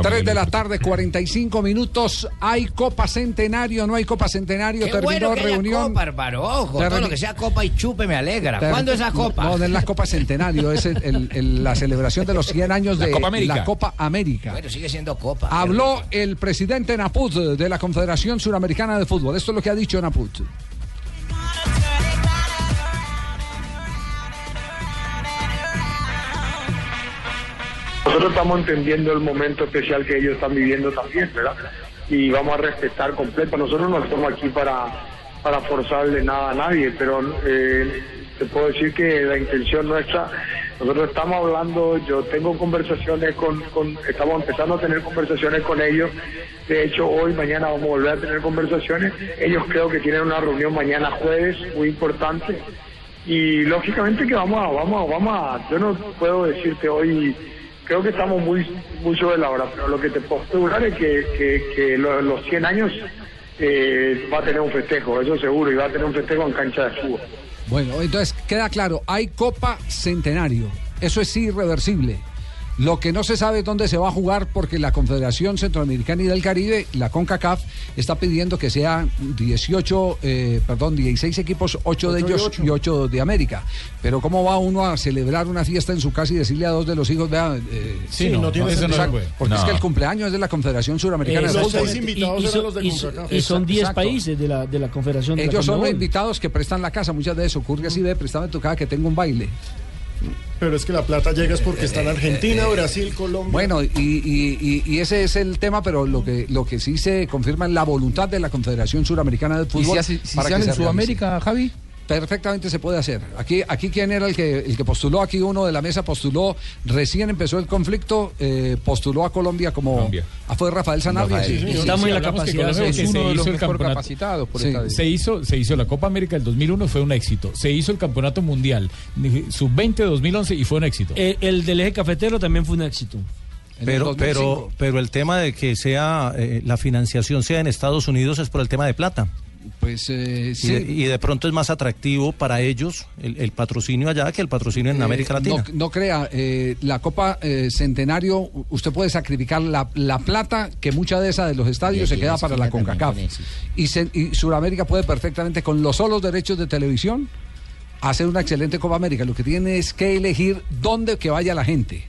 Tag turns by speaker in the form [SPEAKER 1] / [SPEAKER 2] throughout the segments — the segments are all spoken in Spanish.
[SPEAKER 1] 3 de la tarde, 45 minutos. ¿Hay Copa Centenario? ¿No hay Copa Centenario?
[SPEAKER 2] Qué
[SPEAKER 1] Terminó
[SPEAKER 2] bueno que haya
[SPEAKER 1] reunión.
[SPEAKER 2] copa, hermano. Ojo,
[SPEAKER 1] La
[SPEAKER 2] todo
[SPEAKER 1] reuni-
[SPEAKER 2] lo que sea copa y chupe me alegra.
[SPEAKER 1] Ter-
[SPEAKER 2] ¿Cuándo es la copa?
[SPEAKER 1] No, no es la Copa Centenario, es el- el- el- la celebración de los 100 años de
[SPEAKER 3] Copa América.
[SPEAKER 1] la Copa América.
[SPEAKER 2] Bueno, sigue siendo copa.
[SPEAKER 1] Habló el presidente Naput de la Confederación Suramericana de Fútbol. Esto es lo que ha dicho Naput.
[SPEAKER 4] Nosotros estamos entendiendo el momento especial que ellos están viviendo también, ¿verdad? Y vamos a respetar completo. Nosotros no estamos aquí para, para forzarle nada a nadie, pero eh, te puedo decir que la intención nuestra, nosotros estamos hablando, yo tengo conversaciones con, con, estamos empezando a tener conversaciones con ellos. De hecho, hoy, mañana vamos a volver a tener conversaciones. Ellos creo que tienen una reunión mañana jueves, muy importante. Y lógicamente que vamos a, vamos a, vamos a, yo no puedo decirte hoy, creo que estamos muy, muy sobre la hora, pero lo que te puedo asegurar es que, que, que lo- los 100 años eh, va a tener un festejo, eso seguro, y va a tener un festejo en cancha de fútbol.
[SPEAKER 1] Bueno, entonces queda claro, hay Copa Centenario. Eso es irreversible. Lo que no se sabe es dónde se va a jugar porque la Confederación Centroamericana y del Caribe, la CONCACAF, está pidiendo que sean 18, eh, perdón, 16 equipos, 8 de ellos y 8 de América. Pero ¿cómo va uno a celebrar una fiesta en su casa y decirle a dos de los hijos, vea, eh,
[SPEAKER 3] Sí, no, no, eso no
[SPEAKER 1] o sea,
[SPEAKER 3] se puede.
[SPEAKER 1] Porque es
[SPEAKER 3] No.
[SPEAKER 1] que el cumpleaños es de la Confederación Suramericana de
[SPEAKER 5] Los
[SPEAKER 1] Fútbol.
[SPEAKER 5] seis invitados
[SPEAKER 6] y,
[SPEAKER 5] eran
[SPEAKER 6] son-
[SPEAKER 5] los de
[SPEAKER 6] y son-
[SPEAKER 5] CONCACAF.
[SPEAKER 6] y son 10
[SPEAKER 1] Exacto.
[SPEAKER 6] países de la, de la Confederación de la
[SPEAKER 1] Ellos son los
[SPEAKER 6] CONMEBOL.
[SPEAKER 1] invitados que prestan la casa. Muchas veces ocurre así, ve, préstame tu casa que tengo un baile.
[SPEAKER 5] Pero es que la plata llega es porque están Argentina, Brasil, Colombia.
[SPEAKER 1] Bueno, y, y- y- y ese es el tema, pero lo que, lo que sí se confirma es la voluntad de la Confederación Suramericana de Fútbol. para que realice.
[SPEAKER 3] Javi?
[SPEAKER 1] Perfectamente se puede hacer. Aquí, aquí quién era el que, el que postuló, aquí uno de la mesa postuló, recién empezó el conflicto, eh, postuló a Colombia como...
[SPEAKER 3] Colombia.
[SPEAKER 1] Ah, fue Rafael Sanabria.
[SPEAKER 3] Rafael.
[SPEAKER 1] Sí,
[SPEAKER 3] Sí,
[SPEAKER 1] sí.
[SPEAKER 6] Estamos en la
[SPEAKER 3] hablamos que
[SPEAKER 6] capacidad.
[SPEAKER 3] Colombia
[SPEAKER 6] de-
[SPEAKER 3] es uno de los mejor
[SPEAKER 7] capacitados por
[SPEAKER 1] Sí.
[SPEAKER 7] esta vez.
[SPEAKER 3] Se hizo, se hizo la Copa América del 2001, fue un éxito. Se hizo el Campeonato Mundial Sub-20 de 2011 y fue un éxito.
[SPEAKER 6] Eh, el del eje cafetero también fue un éxito.
[SPEAKER 1] En el
[SPEAKER 8] Pero,
[SPEAKER 1] 2005.
[SPEAKER 8] pero, pero el tema de que sea eh, la financiación sea en Estados Unidos es por el tema de plata.
[SPEAKER 1] Pues eh,
[SPEAKER 8] Y,
[SPEAKER 1] sí.
[SPEAKER 8] de, y de pronto es más atractivo para ellos el, el patrocinio allá que el patrocinio en
[SPEAKER 1] Eh,
[SPEAKER 8] América Latina.
[SPEAKER 1] No, no crea, eh, la Copa eh, Centenario, u- usted puede sacrificar la, la plata que mucha de esa de los estadios se queda para la CONCACAF. Y, se- y Sudamérica puede perfectamente, con los solos derechos de televisión, hacer una excelente Copa América. Lo que tiene es que elegir dónde que vaya la gente.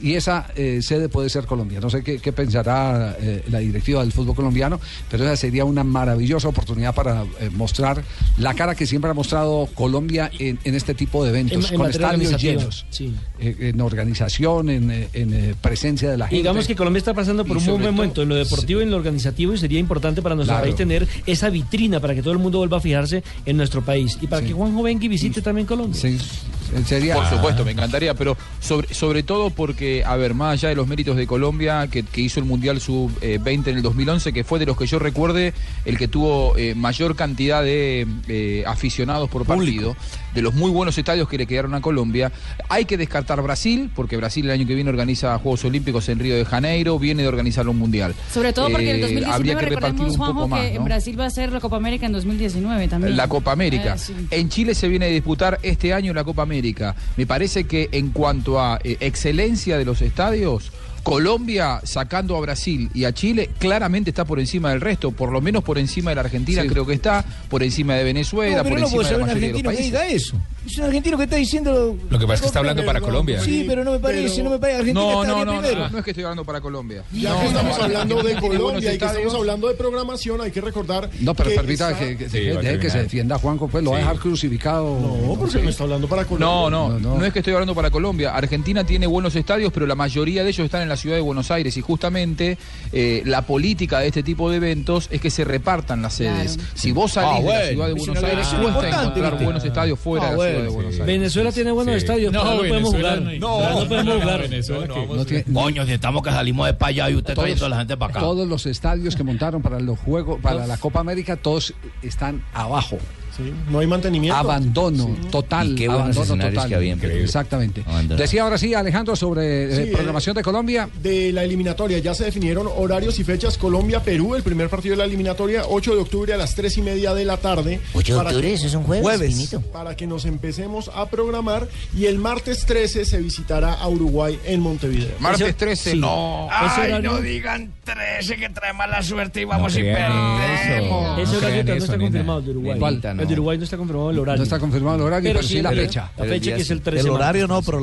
[SPEAKER 1] Y esa eh, sede puede ser Colombia. No sé qué, qué pensará eh, la directiva del fútbol colombiano, pero esa sería una maravillosa oportunidad para eh, mostrar la cara que siempre ha mostrado Colombia en, en este tipo de eventos,
[SPEAKER 6] En- en
[SPEAKER 1] con
[SPEAKER 6] materia
[SPEAKER 1] estadios
[SPEAKER 6] organizativa,
[SPEAKER 1] llenos,
[SPEAKER 6] sí.
[SPEAKER 1] eh, en organización, en, eh, en, eh, presencia de la gente.
[SPEAKER 6] Digamos que Colombia está pasando por
[SPEAKER 1] Y
[SPEAKER 6] un muy
[SPEAKER 1] sobre
[SPEAKER 6] buen
[SPEAKER 1] todo-
[SPEAKER 6] momento en lo deportivo y en lo organizativo y sería importante para nuestro
[SPEAKER 1] Claro.
[SPEAKER 6] país tener esa vitrina para que todo el mundo vuelva a fijarse en nuestro país y para
[SPEAKER 1] Sí.
[SPEAKER 6] que Juanjo venga y visite también Colombia.
[SPEAKER 1] Sí, eh, sería...
[SPEAKER 7] Por supuesto, me encantaría, pero sobre, sobre todo porque, a ver, más allá de los méritos de Colombia, que, que hizo el Mundial Sub-20 en el 2011, que fue de los que yo recuerde el que tuvo eh, mayor cantidad de eh, aficionados por partido, de los muy buenos estadios que le quedaron a Colombia. Hay que descartar Brasil, porque Brasil el año que viene organiza Juegos Olímpicos en Río de Janeiro, viene de organizar un Mundial.
[SPEAKER 9] Sobre todo porque en el
[SPEAKER 7] Eh,
[SPEAKER 9] 2019
[SPEAKER 7] habría que repartir
[SPEAKER 9] recordemos,
[SPEAKER 7] un
[SPEAKER 9] Juanjo,
[SPEAKER 7] poco más,
[SPEAKER 9] que en
[SPEAKER 7] ¿no?
[SPEAKER 9] Brasil va a ser la Copa América en 2019 también.
[SPEAKER 7] La Copa América.
[SPEAKER 9] Eh, sí.
[SPEAKER 7] En Chile se viene a disputar este año la Copa América. Me parece que en cuanto a eh, excelencia de los estadios, Colombia sacando a Brasil y a Chile claramente está por encima del resto, por lo menos por encima de la Argentina
[SPEAKER 1] Sí.
[SPEAKER 7] creo que está, por encima de Venezuela,
[SPEAKER 2] No, pero
[SPEAKER 7] por
[SPEAKER 2] no
[SPEAKER 7] encima
[SPEAKER 2] puedo
[SPEAKER 7] de la
[SPEAKER 2] saber un
[SPEAKER 7] mayoría de los
[SPEAKER 2] argentino que
[SPEAKER 7] países.
[SPEAKER 2] diga eso. Es un argentino que está diciendo.
[SPEAKER 3] Lo que pasa es que está hablando para Colombia.
[SPEAKER 2] Sí, pero no me parece,
[SPEAKER 5] Pero-
[SPEAKER 2] no me parece. Argentina
[SPEAKER 7] No,
[SPEAKER 2] está
[SPEAKER 7] no,
[SPEAKER 2] bien
[SPEAKER 7] no,
[SPEAKER 2] primero.
[SPEAKER 7] no, no es que estoy hablando para Colombia.
[SPEAKER 5] Ya
[SPEAKER 7] No,
[SPEAKER 5] que estamos
[SPEAKER 7] no,
[SPEAKER 5] hablando
[SPEAKER 7] Argentina
[SPEAKER 5] de
[SPEAKER 7] tiene buenos
[SPEAKER 5] Colombia y que
[SPEAKER 7] estadios.
[SPEAKER 5] estamos hablando de programación, hay que recordar.
[SPEAKER 1] No, pero
[SPEAKER 5] que
[SPEAKER 1] permita
[SPEAKER 5] está-
[SPEAKER 1] que, que-
[SPEAKER 3] Sí,
[SPEAKER 1] que-
[SPEAKER 3] va a
[SPEAKER 1] deje que se
[SPEAKER 3] terminar.
[SPEAKER 1] defienda Juan pues lo va a
[SPEAKER 3] Sí.
[SPEAKER 1] dejar crucificado.
[SPEAKER 5] No, porque no está hablando para Colombia.
[SPEAKER 7] No, no,
[SPEAKER 1] No,
[SPEAKER 7] no,
[SPEAKER 1] no.
[SPEAKER 7] es que estoy hablando para Colombia. Argentina tiene buenos estadios, pero la mayoría de ellos están en la ciudad de Buenos Aires y justamente eh, la política de este tipo de eventos es que se repartan las sedes. Si vos
[SPEAKER 3] Ah,
[SPEAKER 7] salís de la
[SPEAKER 3] bueno.
[SPEAKER 7] ciudad de
[SPEAKER 2] Es
[SPEAKER 7] Buenos
[SPEAKER 2] una
[SPEAKER 7] Aires,
[SPEAKER 2] elección
[SPEAKER 7] cuesta
[SPEAKER 2] importante,
[SPEAKER 7] encontrar
[SPEAKER 2] ¿viste?
[SPEAKER 7] buenos estadios
[SPEAKER 2] Ah,
[SPEAKER 7] fuera de la
[SPEAKER 2] bueno,
[SPEAKER 7] Ciudad de Buenos Aires.
[SPEAKER 6] Venezuela tiene buenos estadios, pero no podemos jugar. No podemos jugar.
[SPEAKER 10] Coño, si estamos que salimos de para allá y usted
[SPEAKER 1] Todos-
[SPEAKER 10] trayendo a la gente para acá.
[SPEAKER 1] Todos los estadios que montaron para los juegos, para la Copa América, todos están abajo.
[SPEAKER 5] no hay mantenimiento.
[SPEAKER 1] Abandono total.
[SPEAKER 10] Y qué buenos
[SPEAKER 1] abandono
[SPEAKER 10] escenarios
[SPEAKER 1] total.
[SPEAKER 10] que había en Perú.
[SPEAKER 1] Exactamente.
[SPEAKER 10] Abandono.
[SPEAKER 1] Decía ahora sí, Alejandro, sobre eh,
[SPEAKER 5] Sí,
[SPEAKER 1] programación de Colombia.
[SPEAKER 5] De la eliminatoria, ya se definieron horarios y fechas. Colombia-Perú, el primer partido de la eliminatoria, 8 de octubre a las 3 y media de la tarde.
[SPEAKER 10] 8 de
[SPEAKER 5] Para
[SPEAKER 10] octubre,
[SPEAKER 5] que-
[SPEAKER 10] eso es un jueves, Jueves. finito.
[SPEAKER 5] Para que nos empecemos a programar. Y el martes 13 se visitará a Uruguay en Montevideo.
[SPEAKER 7] Martes Eso- 13, sí. no. Ese
[SPEAKER 10] Ay,
[SPEAKER 7] horario-
[SPEAKER 10] no digan 13 que trae mala suerte y vamos
[SPEAKER 7] No
[SPEAKER 10] y
[SPEAKER 7] crean
[SPEAKER 10] perdemos.
[SPEAKER 6] Ese horario
[SPEAKER 7] crean
[SPEAKER 6] todavía no
[SPEAKER 7] eso,
[SPEAKER 6] está
[SPEAKER 7] nena.
[SPEAKER 6] confirmado el de Uruguay.
[SPEAKER 7] Nenita,
[SPEAKER 6] El de Uruguay no está confirmado el horario.
[SPEAKER 1] No está confirmado el horario, pero, sí la
[SPEAKER 6] el-
[SPEAKER 1] fecha.
[SPEAKER 6] La fecha que es el
[SPEAKER 1] 13
[SPEAKER 6] 13 de marzo.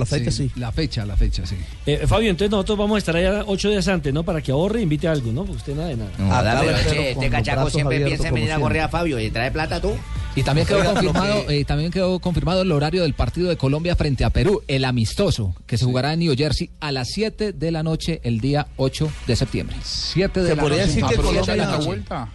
[SPEAKER 1] La fecha, la fecha, sí.
[SPEAKER 6] Eh, Fabio, entonces nosotros vamos a estar allá ocho días antes, ¿no? Para que ahorre e invite algo, ¿no? Porque usted nada de nada.
[SPEAKER 10] No, dale, che, este cachaco siempre piensa en venir a correr a Fabio y trae plata tú.
[SPEAKER 11] Y también quedó,
[SPEAKER 10] Oiga, lo
[SPEAKER 11] confirmado, eh, también quedó confirmado el horario del partido de Colombia frente a Perú, el amistoso, que se jugará en New Jersey a las 7 de la noche el día 8 de septiembre.
[SPEAKER 1] 7
[SPEAKER 11] de Ah,
[SPEAKER 1] ¿Se la podría noche, decir que papá. Colombia-
[SPEAKER 7] la vuelta?